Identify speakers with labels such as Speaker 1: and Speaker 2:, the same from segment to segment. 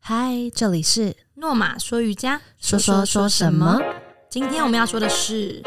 Speaker 1: 嗨，这里是
Speaker 2: 诺玛说瑜伽，
Speaker 1: 说说说什么？
Speaker 2: 今天我们要说的是，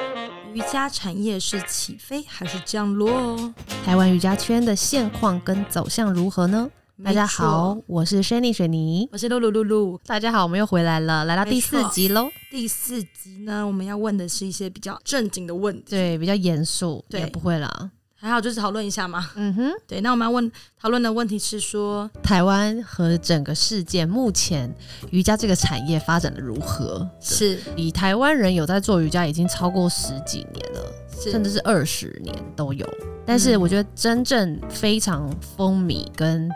Speaker 2: 瑜伽产业是起飞还是降落哦？
Speaker 1: 台湾瑜伽圈的现况跟走向如何呢？大家好
Speaker 2: 没错，，
Speaker 1: 我是 Shanny 水泥。
Speaker 2: 我是露露露露。
Speaker 1: 大家好，我们又回来了，来到第四集喽。
Speaker 2: 第四集呢，我们要问的是一些比较正经的问题，，
Speaker 1: 对，比较严肃，
Speaker 2: 对
Speaker 1: 也不会啦。
Speaker 2: 还好就是讨论一下嘛。
Speaker 1: 嗯哼，
Speaker 2: 对，那我们要问讨论的问题是说，
Speaker 1: 台湾和整个世界目前瑜伽这个产业发展的如何？
Speaker 2: 是
Speaker 1: 以台湾人有在做瑜伽已经超过十几年了，
Speaker 2: 是
Speaker 1: 甚至是二十年都有。但是
Speaker 2: 嗯
Speaker 1: 我觉得真正非常风靡跟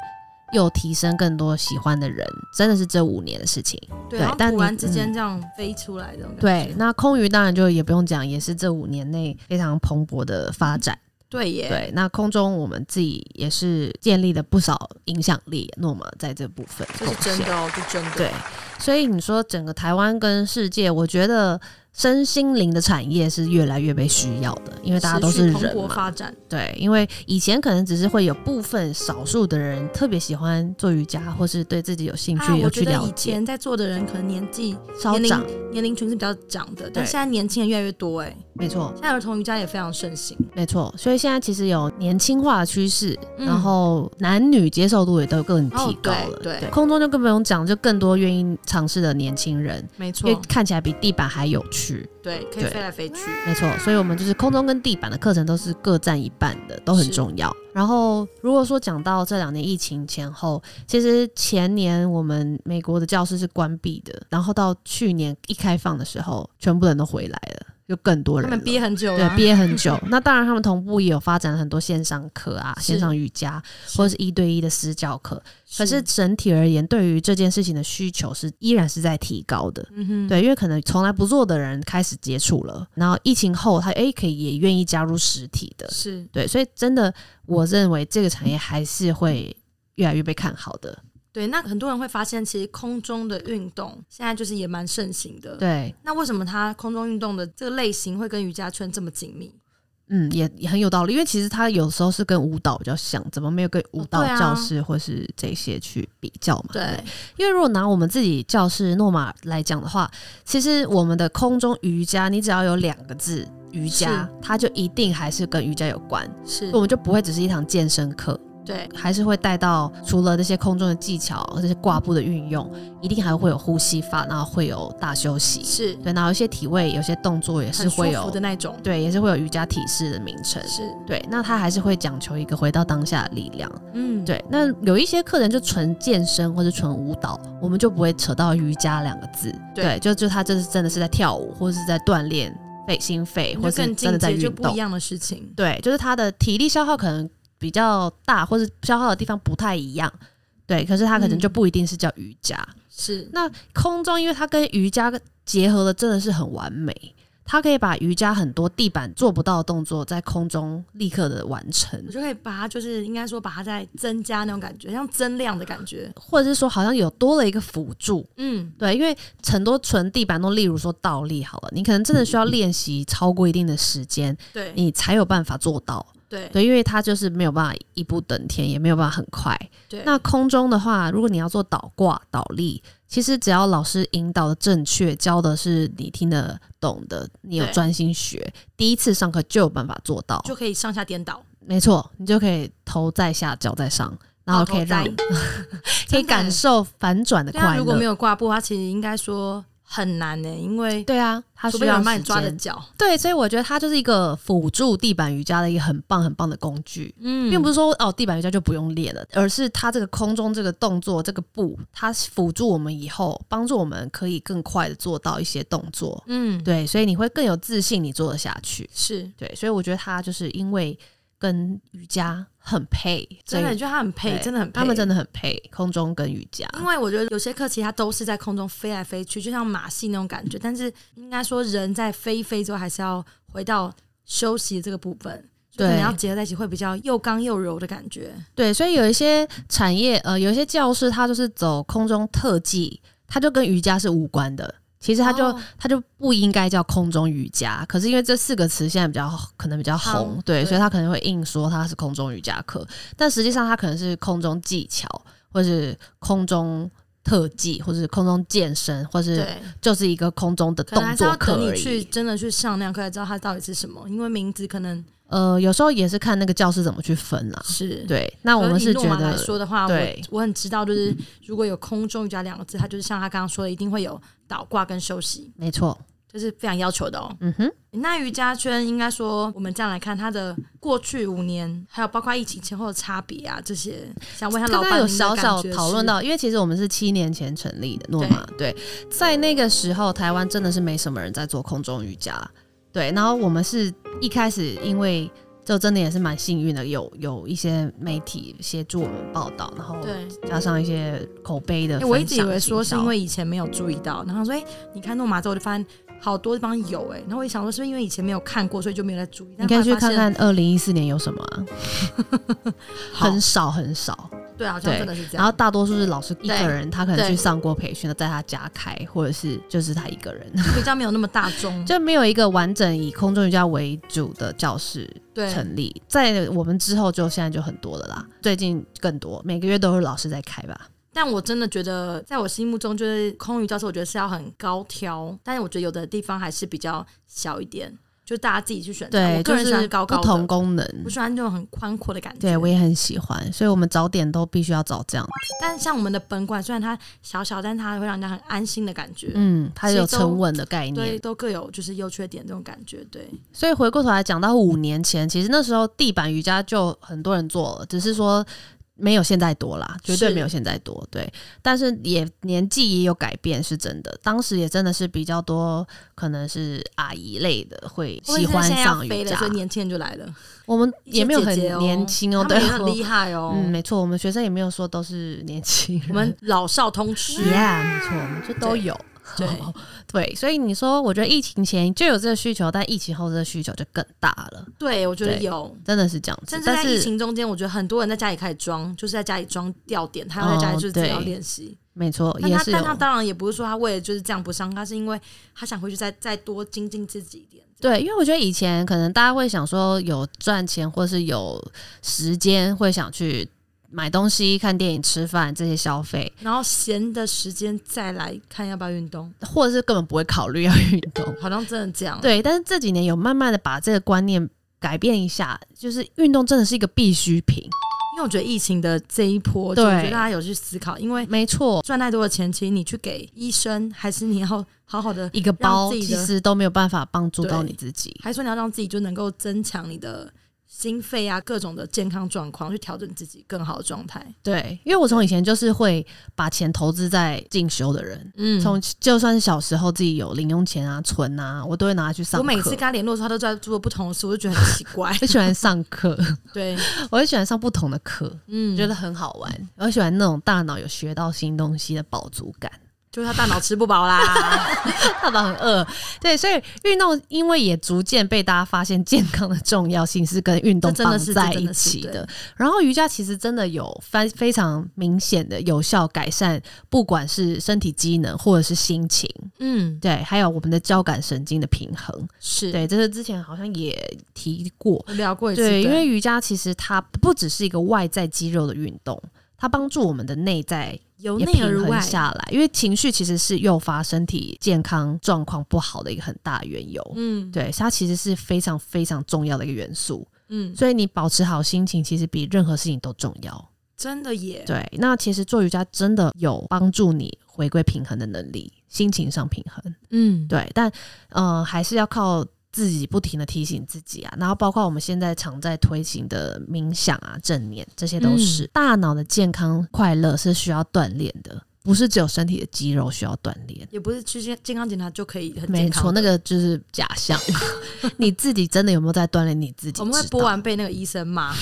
Speaker 1: 又提升更多喜欢的人，真的是这五年的事情。对
Speaker 2: 对，然后
Speaker 1: 但
Speaker 2: 突然
Speaker 1: 你嗯
Speaker 2: 之间这样飞出来的、
Speaker 1: 对，，那空余当然就也不用讲，也是这五年内非常蓬勃的发展。
Speaker 2: 对耶，
Speaker 1: 对，那空中我们自己也是建立了不少影响力，诺玛在这部分
Speaker 2: 这是真
Speaker 1: 贡献
Speaker 2: 的哦，是真的。
Speaker 1: 对，所以你说整个台湾跟世界，我觉得身心灵的产业是越来越被需要的，因为大家都是
Speaker 2: 持续蓬
Speaker 1: 人
Speaker 2: 勃
Speaker 1: 嘛。
Speaker 2: 发展，
Speaker 1: 对，因为以前可能只是会有部分少数的人特别喜欢做瑜伽，或是对自己有兴趣、
Speaker 2: 啊，
Speaker 1: 有
Speaker 2: 我
Speaker 1: 去
Speaker 2: 觉得
Speaker 1: 了
Speaker 2: 以
Speaker 1: 解。
Speaker 2: 前在座的人可能年纪
Speaker 1: 稍
Speaker 2: 年龄
Speaker 1: 长，
Speaker 2: 年龄群是比较长的，
Speaker 1: 对
Speaker 2: 但现在年轻人越来越多哎、
Speaker 1: 没错，
Speaker 2: 现在儿童瑜伽也非常盛行，
Speaker 1: 没错。所以现在其实有年轻化的趋势，
Speaker 2: 嗯
Speaker 1: 然后男女接受度也都更提
Speaker 2: 哦
Speaker 1: 高
Speaker 2: 对
Speaker 1: 了。
Speaker 2: 对
Speaker 1: 空中就更不用讲，就更多愿意尝试的年轻人，
Speaker 2: 没
Speaker 1: 因为看起来比地板还有趣。
Speaker 2: 对，可以
Speaker 1: 对
Speaker 2: 飞来飞去，
Speaker 1: 没错，所以我们就是空中跟地板的课程都是各占一半的，都很
Speaker 2: 是
Speaker 1: 重要。然后如果说讲到这两年疫情前后，其实前年我们美国的教室是关闭的，然后到去年一开放的时候，全部人都回来了，就更多
Speaker 2: 他
Speaker 1: 人
Speaker 2: 们
Speaker 1: 了
Speaker 2: 憋很久了
Speaker 1: 对，
Speaker 2: 啊，
Speaker 1: 憋很久。 那当然，他们同步也有发展了很多线上课啊，
Speaker 2: 是
Speaker 1: 线上瑜伽或者是一对一的私教课。可是
Speaker 2: 是，
Speaker 1: 整体而言，对于这件事情的需求是依然是在提高的。
Speaker 2: 嗯哼，
Speaker 1: 对，因为可能从来不做的人开始接触了，然后疫情后他诶可以也愿意加入实体的，
Speaker 2: 是
Speaker 1: 对，所以真的我认为这个产业还是会越来越被看好的，
Speaker 2: 对。那很多人会发现，其实空中的运动现在就是也蛮盛行的。
Speaker 1: 对，
Speaker 2: 那为什么它空中运动的这个类型会跟瑜伽圈这么紧密？
Speaker 1: 嗯，也也很有道理，因为其实它有时候是跟舞蹈比较像，怎么没有跟舞
Speaker 2: 哦
Speaker 1: 蹈
Speaker 2: 对啊
Speaker 1: 教室或是这些去比较嘛？
Speaker 2: 对，
Speaker 1: 因为如果拿我们自己教室诺玛来讲的话，其实我们的空中瑜伽，你只要有两个字瑜伽，它就一定还是跟瑜伽有关，
Speaker 2: 是
Speaker 1: 我，们就不会只是一堂健身课。
Speaker 2: 对，
Speaker 1: 还是会带到除了这些空中的技巧，这些挂布的运用，一定还会有呼吸法，然后会有大休息，
Speaker 2: 是
Speaker 1: 对，然后有一些体位，有些动作也是
Speaker 2: 很舒
Speaker 1: 会
Speaker 2: 服
Speaker 1: 有
Speaker 2: 的，那种，
Speaker 1: 对，也是会有瑜伽体式的名称，
Speaker 2: 是，
Speaker 1: 对，那它还是会讲求一个回到当下的力量，
Speaker 2: 嗯，，
Speaker 1: 对，那有一些课程就纯健身或者纯舞蹈，我们就不会扯到瑜伽两个字，
Speaker 2: 对
Speaker 1: 对，就就它这是真的是在跳舞，或者是在锻炼肺心肺，或者
Speaker 2: 就
Speaker 1: 是
Speaker 2: 嗯更
Speaker 1: 真的
Speaker 2: 进
Speaker 1: 在
Speaker 2: 阶，就
Speaker 1: 运
Speaker 2: 不
Speaker 1: 动
Speaker 2: 一，样的事情，
Speaker 1: 对，就是他的体力消耗可能比较大，或者消耗的地方不太一样。对，可是他可能就
Speaker 2: 嗯
Speaker 1: 不一定是叫瑜伽。
Speaker 2: 是
Speaker 1: 那空中，因为它跟瑜伽结合的真的是很完美，它可以把瑜伽很多地板做不到的动作在空中立刻的完成
Speaker 2: 我，就可以把它，就是应该说把它再增加那种感觉，像增量的感觉。
Speaker 1: 或者是说好像有多了一个辅助。
Speaker 2: 嗯，
Speaker 1: 对，因为很多纯地板动，例如说倒立好了，你可能真的需要练习超过一定的时间，
Speaker 2: 对
Speaker 1: 你才有办法做到。
Speaker 2: 对
Speaker 1: 对，因为它就是没有办法一步登天，也没有办法很快。
Speaker 2: 对，
Speaker 1: 那空中的话，如果你要做倒挂、倒立，其实只要老师引导的正确，教的是你听得懂的，你有
Speaker 2: 对
Speaker 1: 专心学，第一次上课就有办法做到。
Speaker 2: 就可以上下颠倒，
Speaker 1: 没错，你就可以头在下，脚在上，然后可以让
Speaker 2: 然后头
Speaker 1: 可以
Speaker 2: 真的
Speaker 1: 感受反转的
Speaker 2: 对啊，
Speaker 1: 快
Speaker 2: 如果没
Speaker 1: 乐。
Speaker 2: 有挂布，它其实应该说很难呢、因为
Speaker 1: 对啊，它
Speaker 2: 除
Speaker 1: 需
Speaker 2: 非有
Speaker 1: 要
Speaker 2: 人把
Speaker 1: 时
Speaker 2: 你抓着
Speaker 1: 间。
Speaker 2: 脚，
Speaker 1: 对，所以我觉得它就是一个辅助地板瑜伽的一个很棒很棒的工具。
Speaker 2: 嗯
Speaker 1: 并不
Speaker 2: 是
Speaker 1: 是说哦地板瑜伽就不用练了，而是它这个空中这个动作这个步，它辅助我们以后帮助我们可以更快的做到一些动作。
Speaker 2: 嗯，
Speaker 1: 对，所以你会更有自信，你做得下去。
Speaker 2: 是
Speaker 1: 对，所以我觉得它就是因为跟瑜伽很配，所
Speaker 2: 真的，
Speaker 1: 以
Speaker 2: 就它很配，
Speaker 1: 对
Speaker 2: 真的很配，
Speaker 1: 他们真的很配空中跟瑜伽。
Speaker 2: 因为我觉得有些课其实它都是在空中飞来飞去，就像马戏那种感觉。但是应该说，人在飞一飞之后，还是要回到休息这个部分，就可能
Speaker 1: 对
Speaker 2: 要结合在一起，会比较又刚又柔的感觉。
Speaker 1: 对，所以有一些产业，呃，有一些教室它就是走空中特技，它就跟瑜伽是无关的。其实它就、
Speaker 2: 哦
Speaker 1: 它就不应该叫空中瑜伽，可是因为这四个词现在比较可能比较红
Speaker 2: 好，
Speaker 1: 对，
Speaker 2: 对
Speaker 1: 所以它可能会硬说它是空中瑜伽课，但实际上它可能是空中技巧，或是空中特技，或者是空中健身，或是
Speaker 2: 对，
Speaker 1: 就是一个空中的
Speaker 2: 可能
Speaker 1: 动
Speaker 2: 还是
Speaker 1: 作
Speaker 2: 要
Speaker 1: 课
Speaker 2: 等
Speaker 1: 而
Speaker 2: 你去
Speaker 1: 已。
Speaker 2: 真的去上那堂课才知道它到底是什么，因为名字可能
Speaker 1: 呃，有时候也是看那个教师怎么去分啦。
Speaker 2: 是。
Speaker 1: 对，那我
Speaker 2: 可
Speaker 1: 们
Speaker 2: 以
Speaker 1: 是
Speaker 2: 诺
Speaker 1: 觉
Speaker 2: 玛来
Speaker 1: 得
Speaker 2: 说的话，我
Speaker 1: 对
Speaker 2: 我很知道，就是如果有空中瑜伽两个字，它就是像他刚刚说的，一定会有倒挂跟休息，
Speaker 1: 没错。
Speaker 2: 这是非常要求的哦。
Speaker 1: 嗯哼，
Speaker 2: 那瑜伽圈应该说，我们这样来看，它的过去五年，还有包括疫情前后的差别啊，这些想问一下老
Speaker 1: 刚刚
Speaker 2: 板，
Speaker 1: 有
Speaker 2: 您的
Speaker 1: 小
Speaker 2: 感
Speaker 1: 小
Speaker 2: 觉
Speaker 1: 讨论
Speaker 2: 是，
Speaker 1: 到，因为其实我们是七年前成立的诺玛，对，在那个时候台湾真的是没什么人在做空中瑜伽，对，然后我们是一开始因为。就真的也是蛮幸运的，有有一些媒体协助我们报道，然后
Speaker 2: 对。
Speaker 1: 加上一些口碑的
Speaker 2: 欸
Speaker 1: 分享、
Speaker 2: 我一直以为说是
Speaker 1: 行销
Speaker 2: 因为以前没有注意到，然后说哎、欸你看诺马之后，我就发现好多地方有哎、欸然后我也想说是不是因为以前没有看过，所以就没有在注意。
Speaker 1: 你
Speaker 2: 但
Speaker 1: 可以
Speaker 2: 后
Speaker 1: 去
Speaker 2: 来发
Speaker 1: 看
Speaker 2: 现，
Speaker 1: 看二零一四年有什么啊、
Speaker 2: 好
Speaker 1: 很少很少。
Speaker 2: 对啊，好像
Speaker 1: 对
Speaker 2: 真的是这
Speaker 1: 然
Speaker 2: 样。
Speaker 1: 后大多数是老师一个
Speaker 2: 对
Speaker 1: 人，他可能
Speaker 2: 对
Speaker 1: 去上过培训的，在他家开，或者是就是他一个人，
Speaker 2: 比较没有那么大众，
Speaker 1: 就没有一个完整以空中瑜伽为主的教室
Speaker 2: 对
Speaker 1: 成立。在我们之后就现在就很多了啦，最近更多，每个月都有老师在开吧。
Speaker 2: 但我真的觉得，在我心目中，就是空余教室，我觉得是要很高挑，但是我觉得有的地方还是比较小一点，就大家自己去选择。
Speaker 1: 对，
Speaker 2: 我个人
Speaker 1: 就
Speaker 2: 喜欢
Speaker 1: 是
Speaker 2: 高
Speaker 1: 不
Speaker 2: 高
Speaker 1: 同
Speaker 2: 的，
Speaker 1: 功
Speaker 2: 我
Speaker 1: 能。
Speaker 2: 喜欢这种很宽阔的感觉。
Speaker 1: 对，我也很喜欢，所以我们早点都必须要找这样子。
Speaker 2: 但像我们的本馆，虽然它小小，但它会让人家很安心的感觉。
Speaker 1: 嗯，它有
Speaker 2: 其中
Speaker 1: 沉稳的概念。
Speaker 2: 对，都各有就是优缺点这种感觉。对，
Speaker 1: 所以回过头来讲到五年前，其实那时候地板瑜伽就很多人做了，只是说没有现在多啦，绝对
Speaker 2: 是
Speaker 1: 没有现在多。对，但是也年纪也有改变，是真的。当时也真的是比较多，可能是阿姨类的会喜欢上瑜
Speaker 2: 因为现在要飞了，
Speaker 1: 伽
Speaker 2: 所以。年轻人就来了，
Speaker 1: 我们
Speaker 2: 一些
Speaker 1: 也没有很
Speaker 2: 姐姐哦
Speaker 1: 年轻哦，
Speaker 2: 他们也很
Speaker 1: 对，
Speaker 2: 厉害哦。
Speaker 1: 嗯，没错，我们学生也没有说都是年轻人，
Speaker 2: 我们老少通吃。
Speaker 1: Yeah，没错，我们就都有。
Speaker 2: 对
Speaker 1: 哦对，所以你说，我觉得疫情前就有这个需求，但疫情后这个需求就更大了，
Speaker 2: 对，我觉得
Speaker 1: 对
Speaker 2: 有。
Speaker 1: 真的是这样子。
Speaker 2: 甚至
Speaker 1: 但
Speaker 2: 在
Speaker 1: 是
Speaker 2: 疫情中间，我觉得很多人在家里开始装，就是在家里装吊点，他要在家里就是自己要练习。
Speaker 1: 没错，
Speaker 2: 但
Speaker 1: 哦也
Speaker 2: 他
Speaker 1: 是
Speaker 2: 但他
Speaker 1: 有
Speaker 2: 当然也不是说他为了就是这样不上，他是因为他想回去再再多精进自己一点。
Speaker 1: 对，因为我觉得以前可能大家会想说有赚钱或是有时间，会想去买东西、看电影、吃饭这些消费，
Speaker 2: 然后闲的时间再来看要不要运动，
Speaker 1: 或者是根本不会考虑要运 动。
Speaker 2: 好像真的这样。啊
Speaker 1: 对，但是这几年有慢慢的把这个观念改变一下，就是运动真的是一个必需品。
Speaker 2: 因为我觉得疫情的这一波，就
Speaker 1: 对
Speaker 2: 我觉得大家有去思考，因为
Speaker 1: 没错，
Speaker 2: 赚太多的钱，其实你去给医生，还是你要好好的，
Speaker 1: 一个包
Speaker 2: 自己
Speaker 1: 其
Speaker 2: 的
Speaker 1: 实都没有办法帮助到
Speaker 2: 对
Speaker 1: 你自己。
Speaker 2: 还是说你要让自己就能够增强你的心肺啊，各种的健康状况，去调整自己更好的状态。
Speaker 1: 对，因为我从以前就是会把钱投资在进修的人，
Speaker 2: 嗯
Speaker 1: 从就算是小时候自己有零用钱啊、存啊，我都会拿它去上
Speaker 2: 我
Speaker 1: 课。。
Speaker 2: 每次跟他联络的时候，他都在做不同的事，我就觉得很奇怪
Speaker 1: 我喜欢上课，
Speaker 2: 对，
Speaker 1: 我也喜欢上不同的课，
Speaker 2: 嗯，
Speaker 1: 觉得很好玩。我喜欢那种大脑有学到新东西的饱足感，
Speaker 2: 就是他大脑吃不饱 啦。
Speaker 1: 大脑很饿。对，所以运动因为也逐渐被大家发现健康的重要性是跟运动
Speaker 2: 这真
Speaker 1: 绑
Speaker 2: 的是
Speaker 1: 在
Speaker 2: 这真
Speaker 1: 一
Speaker 2: 的是
Speaker 1: 起
Speaker 2: 对
Speaker 1: 的。然后瑜伽其实真的有非非常明显的有效改善，不管是身体机能或者是心情，
Speaker 2: 嗯，
Speaker 1: 对，还有我们的交感神经的平衡。
Speaker 2: 是
Speaker 1: 对，这是之前好像也提过。
Speaker 2: 我聊过一次，
Speaker 1: 对，因为瑜伽其实它不只是一个外在肌肉的运动，它帮助我们的内在
Speaker 2: 由
Speaker 1: 也
Speaker 2: 内而
Speaker 1: 平衡
Speaker 2: 外，
Speaker 1: 下来。因为情绪其实是诱发身体健康状况不好的一个很大缘由。
Speaker 2: 嗯，，
Speaker 1: 对，它其实是非常非常重要的一个元素，
Speaker 2: 嗯，
Speaker 1: 所以你保持好心情，其实比任何事情都重要。
Speaker 2: 真的耶。
Speaker 1: 对，那其实做瑜伽真的有帮助你回归平衡的能力，心情上平衡。
Speaker 2: 嗯，
Speaker 1: 对，但呃，还是要靠自己不停的提醒自己啊，然后包括我们现在常在推行的冥想啊、正念，这些都是、
Speaker 2: 嗯
Speaker 1: 大脑的健康快乐是需要锻炼的，不是只有身体的肌肉需要锻炼。
Speaker 2: 也不是去健健康检查就可以很
Speaker 1: 没
Speaker 2: 健
Speaker 1: 错，
Speaker 2: 康。
Speaker 1: 那个就是假 象。你自己真的有没有在锻炼？你自己
Speaker 2: 我们会
Speaker 1: 知
Speaker 2: 播啊
Speaker 1: 道
Speaker 2: 完被那个医生 骂，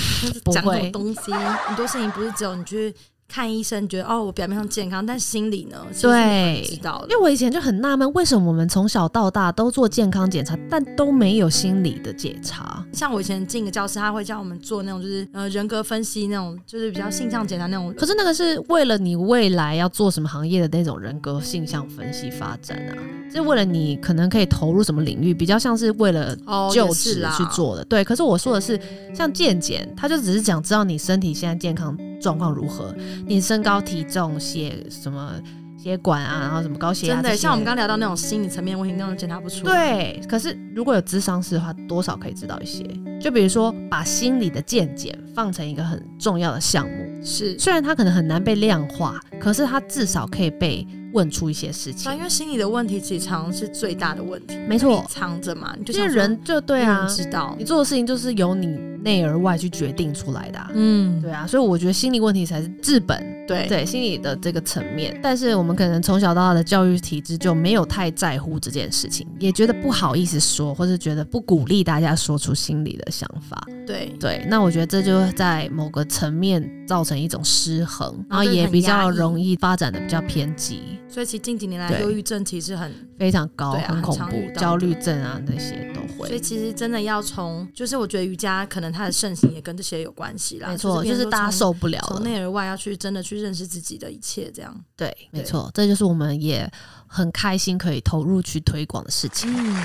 Speaker 1: 不
Speaker 2: 讲什么
Speaker 1: 会？
Speaker 2: 东西，很多事情不是只有你去看医生，觉得哦，我表面上健康，但心里呢，其实你
Speaker 1: 对
Speaker 2: 很知道
Speaker 1: 因为
Speaker 2: 的。
Speaker 1: 我以前就很纳闷，为什么我们从小到大都做健康检查，但都没有心理的检查？
Speaker 2: 像我以前进个教室，他会叫我们做那种就是呃人格分析那种，就是比较性向检查那种。
Speaker 1: 可是那个是为了你未来要做什么行业的那种人格性向分析发展啊，是为了你可能可以投入什么领域，比较像是为了
Speaker 2: 哦，
Speaker 1: 就
Speaker 2: 也是
Speaker 1: 职
Speaker 2: 啦
Speaker 1: 去做的。对，可是我说的是像健检，它就只是想知道你身体现在健康状况如何，你身高、体重、血什么血管啊，然后什么高血压
Speaker 2: 真
Speaker 1: 这些，
Speaker 2: 的像我们刚聊到那种心理层面的问题，那种检查不出来。
Speaker 1: 对，可是如果有智商师的话，多少可以知道一些。就比如说，把心理的见解放成一个很重要的项目，
Speaker 2: 是，
Speaker 1: 虽然它可能很难被量化，可是它至少可以被问出一些事
Speaker 2: 对啊，
Speaker 1: 情。
Speaker 2: 因为心理的问题其实常常是最大的问题，
Speaker 1: 没错
Speaker 2: 你藏着嘛，你
Speaker 1: 这
Speaker 2: 就嗯
Speaker 1: 些
Speaker 2: 像
Speaker 1: 人就对啊，
Speaker 2: 知道
Speaker 1: 你，做的事情就是由你内而外去决定出来的、啊。
Speaker 2: 嗯，
Speaker 1: 对啊，所以我觉得心理问题才是治本，
Speaker 2: 对
Speaker 1: 对心理的这个层面。但是我们可能从小到大的教育体制就没有太在乎这件事情，也觉得不好意思说，或是觉得不鼓励大家说出心里的想法。
Speaker 2: 对
Speaker 1: 对，那我觉得这就在某个层面造成一种失衡，然后也比较容易发展的比较偏激，
Speaker 2: 所以其实近几年来
Speaker 1: 对
Speaker 2: 忧郁症其实很，
Speaker 1: 非常高，
Speaker 2: 对啊
Speaker 1: 很恐
Speaker 2: 很常遇
Speaker 1: 怖，
Speaker 2: 到
Speaker 1: 焦虑症啊那些都
Speaker 2: 所以
Speaker 1: 会。
Speaker 2: 其实真的要从，就是我觉得瑜伽可能它的盛行也跟这些有关系啦，
Speaker 1: 没错，
Speaker 2: 变
Speaker 1: 就
Speaker 2: 成
Speaker 1: 是
Speaker 2: 说
Speaker 1: 大家
Speaker 2: 从
Speaker 1: 受不了
Speaker 2: 从
Speaker 1: 了。
Speaker 2: 内而外要去真的去认识自己的一切，这样，
Speaker 1: 对，没
Speaker 2: 对
Speaker 1: 错，这就是我们也很开心可以投入去推广的事情，
Speaker 2: 嗯。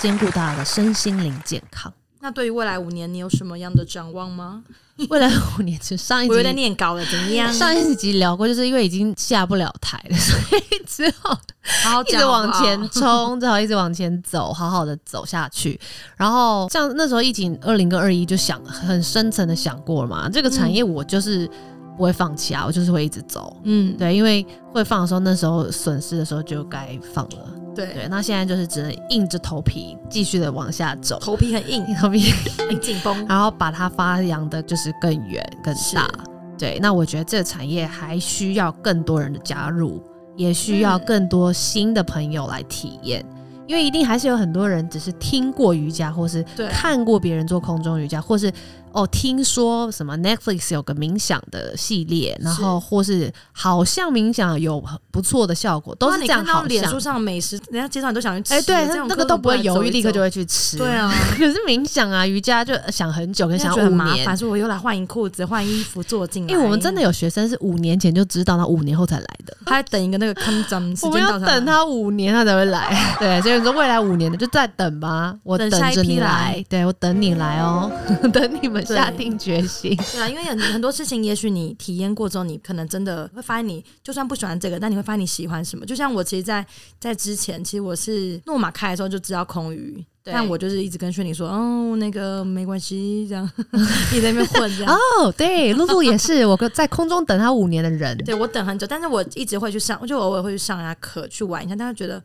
Speaker 1: 兼顾大家的身心灵健 康。
Speaker 2: 那对于未来五年，你有什么样的展望吗？
Speaker 1: 未来五年，就上一
Speaker 2: 我有点
Speaker 1: 集
Speaker 2: 念稿了，怎么样？
Speaker 1: 上一集聊过，就是因为已经下不了台了，所以只好
Speaker 2: 好好
Speaker 1: 一
Speaker 2: 讲哦
Speaker 1: 直往
Speaker 2: 好不好
Speaker 1: 前冲，只好一直往前走，好好的走下去。然后像那时候疫情二零跟二一就想很深层的想过了嘛，这个产业我就是不会放弃啊，我就是会一直走。
Speaker 2: 嗯，
Speaker 1: 对，因为会放的时候，那时候损失的时候就该放了。
Speaker 2: 对
Speaker 1: 对，那现在就是只能硬着头皮继续的往下走，
Speaker 2: 头皮很硬，
Speaker 1: 头皮，
Speaker 2: 很紧绷。
Speaker 1: 然后把它发扬的就是更远更大
Speaker 2: 是。
Speaker 1: 对，那我觉得这个产业还需要更多人的加入，也需要
Speaker 2: 嗯
Speaker 1: 更多新的朋友来体验，因为一定还是有很多人只是听过瑜伽，或是
Speaker 2: 对
Speaker 1: 看过别人做空中瑜伽，或是哦听说什么 Netflix 有个冥想的系列，然后或是好像冥想有不错的效果，都
Speaker 2: 哇
Speaker 1: 是这
Speaker 2: 你
Speaker 1: 样
Speaker 2: 看到
Speaker 1: 好
Speaker 2: 脸书
Speaker 1: 像。
Speaker 2: 上美食，人家介绍你都想去吃。
Speaker 1: 哎、对，
Speaker 2: 这
Speaker 1: 那
Speaker 2: 种
Speaker 1: 那个都不会犹豫，立刻就
Speaker 2: 会。
Speaker 1: 会去吃。
Speaker 2: 对，啊，
Speaker 1: 可是冥想啊、瑜伽就想很久，可能
Speaker 2: 现在
Speaker 1: 想
Speaker 2: 觉得很
Speaker 1: 五
Speaker 2: 麻
Speaker 1: 年。
Speaker 2: 烦，说我又来换一裤子、换衣服、坐进来。
Speaker 1: 因为我们真的有学生是五年前就知道，他五年后才来的。
Speaker 2: 他在等一个那个 come down 时
Speaker 1: 我们
Speaker 2: 间到
Speaker 1: 要
Speaker 2: 才
Speaker 1: 等啊
Speaker 2: 来。
Speaker 1: 他五年，他才会来。 对，所以你说未来五年的就再等吧，我
Speaker 2: 等下一
Speaker 1: 着
Speaker 2: 批
Speaker 1: 你
Speaker 2: 来。
Speaker 1: 对，我等你来哦， 等你们
Speaker 2: 对
Speaker 1: 下定决心。
Speaker 2: 对啊，因为很很多事情，也许你体验过之后，你可能真的会发现你，就算不喜欢这个，但你会发现你喜欢什么。就像我其实在，在之前，其实我是诺马开的时候就知道空余，
Speaker 1: 对
Speaker 2: 但我就是一直跟轩宁说，哦，那个没关系，这样 你在那边混这样。
Speaker 1: 哦，对，露露也是我在空中等他五年的人。
Speaker 2: 对我等很久，但是我一直会去上，就偶尔会去上一下课去玩一下，但是觉得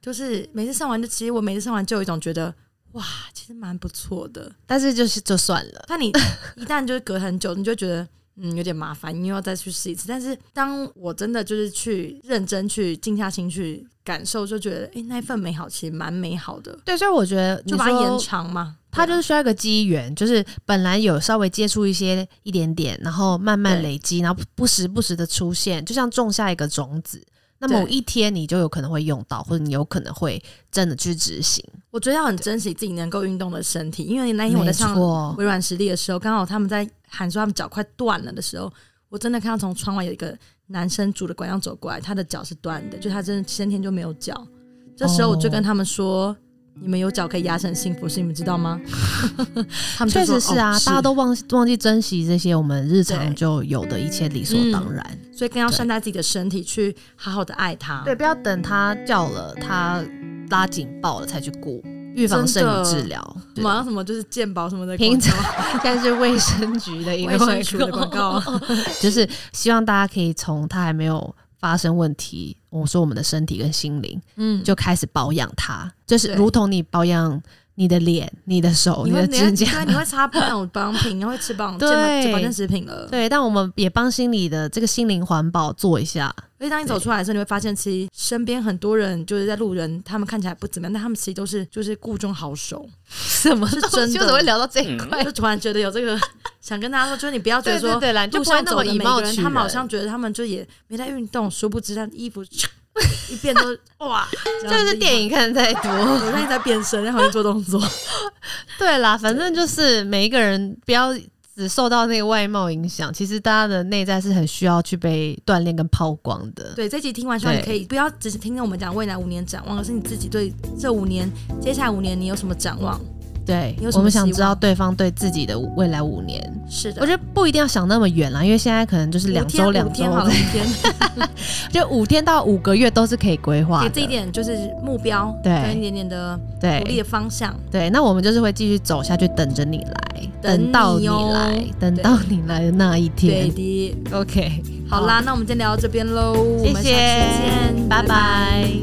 Speaker 2: 就是每次上完就，其实我每次上完就有一种觉得哇，其实蛮不错的。
Speaker 1: 但是就是就算了，
Speaker 2: 但你一旦就是隔很久，你就觉得。嗯，有点麻烦，你又要再去试一次。但是当我真的就是去认真去静下心去感受，就觉得诶，那一份美好其实蛮美好的，
Speaker 1: 对，所以我觉得你
Speaker 2: 就把它
Speaker 1: 说
Speaker 2: 延长嘛。
Speaker 1: 他
Speaker 2: 对
Speaker 1: 就
Speaker 2: 啊
Speaker 1: 是需要一个机缘，就是本来有稍微接触一些一点点，然后慢慢
Speaker 2: 对
Speaker 1: 累积，然后不时不时的出现，就像种下一个种子。那
Speaker 2: 对
Speaker 1: 某一天你就有可能会用到，或者你有可能会真的去执行。
Speaker 2: 我觉得要很珍惜自己能够运动的身体，哎因为那天我在
Speaker 1: 没
Speaker 2: 上
Speaker 1: 错，
Speaker 2: 微软实力的时候，刚好他们在喊说他们脚快断了的时候，我真的看到从窗外有一个男生拄着拐杖走过来，他的脚是断的，就他真的先天就没有脚。这时候我就跟他们说：“你们有脚可以压成幸福，是你们知道吗？” 他们就
Speaker 1: 确
Speaker 2: 说
Speaker 1: 实是啊，
Speaker 2: 哦
Speaker 1: 大家都忘记忘记珍惜这些我们日常
Speaker 2: 对嗯
Speaker 1: 就有的一切理所当然。
Speaker 2: 所以更要善待自己的身体，去好好的爱它。
Speaker 1: 对，不要等他叫了，他拉紧抱了才去顾，预防胜于治疗。
Speaker 2: 什么啊什么就是健保什么的广告，
Speaker 1: 平常 但是卫生局的一个
Speaker 2: 卫生署的广告，
Speaker 1: 就是希望大家可以从它还没有发生问题，我说我们的身体跟心灵
Speaker 2: 嗯，
Speaker 1: 就开始保养它，就是
Speaker 2: 对
Speaker 1: 如同你保养你的脸、你的手、
Speaker 2: 你
Speaker 1: 你
Speaker 2: 会
Speaker 1: 的
Speaker 2: 你会
Speaker 1: 指甲。
Speaker 2: 对，你会擦不那种保养品，你会 吃保养
Speaker 1: 对
Speaker 2: 健保健保健食品 了。
Speaker 1: 对，但我们也帮心理的这个心灵环保做一下，
Speaker 2: 而且当你走出来的时候，你会发现，其实身边很多人就是在路人，他们看起来不怎么样，但他们其实都是就是故中好手。
Speaker 1: 什么
Speaker 2: 是
Speaker 1: 东
Speaker 2: 真
Speaker 1: 西
Speaker 2: 的
Speaker 1: 为什么会聊到这一块？
Speaker 2: 就突然觉得有这个想跟大家说，就是你不要觉得
Speaker 1: 嗯对
Speaker 2: 说
Speaker 1: 对对啦，你就
Speaker 2: 路
Speaker 1: 不会
Speaker 2: 上
Speaker 1: 那
Speaker 2: 走
Speaker 1: 么
Speaker 2: 的
Speaker 1: 以
Speaker 2: 每
Speaker 1: 貌
Speaker 2: 个
Speaker 1: 取
Speaker 2: 人，
Speaker 1: 人。
Speaker 2: 他们好像觉得他们就也没在运动，殊不知他衣服一变都 哇，
Speaker 1: 这就是电
Speaker 2: 影。
Speaker 1: 影看太多。
Speaker 2: 我在在变身，在旁边做 动作。
Speaker 1: 对啦，反正就是每一个人不要只受到那个外貌影响，其实大家的内在是很需要去被锻炼跟抛光的。
Speaker 2: 对，这集听完之后，
Speaker 1: 对
Speaker 2: 你可以不要只是听听我们讲未来五年展望，而是你自己对这五年、接下来五年你有什么展望？
Speaker 1: 对
Speaker 2: 你有，什
Speaker 1: 我
Speaker 2: 么
Speaker 1: 们
Speaker 2: 希
Speaker 1: 想知道
Speaker 2: 望
Speaker 1: 对方对自己的未来五年，
Speaker 2: 是的，
Speaker 1: 我觉得不一定要想那么远啦，因为现在可能就是两
Speaker 2: 五天
Speaker 1: 周两
Speaker 2: 五
Speaker 1: 周
Speaker 2: 天，好了，五天，
Speaker 1: 就五天到五个月都是可以规划
Speaker 2: 给
Speaker 1: 的。
Speaker 2: 自己一点就是目标，
Speaker 1: 对
Speaker 2: 跟一点点的努力
Speaker 1: 对
Speaker 2: 的方向。
Speaker 1: 对，那我们就是会继续走下去，等着你来，
Speaker 2: 等
Speaker 1: 等到
Speaker 2: 你
Speaker 1: 你
Speaker 2: 哦
Speaker 1: 来，等
Speaker 2: 对
Speaker 1: 到你来的那一
Speaker 2: 对
Speaker 1: 天。
Speaker 2: 的，
Speaker 1: OK，
Speaker 2: 好啦，那我们今天聊到这边喽，我
Speaker 1: 谢
Speaker 2: 们下次
Speaker 1: 谢
Speaker 2: 见，，
Speaker 1: 拜拜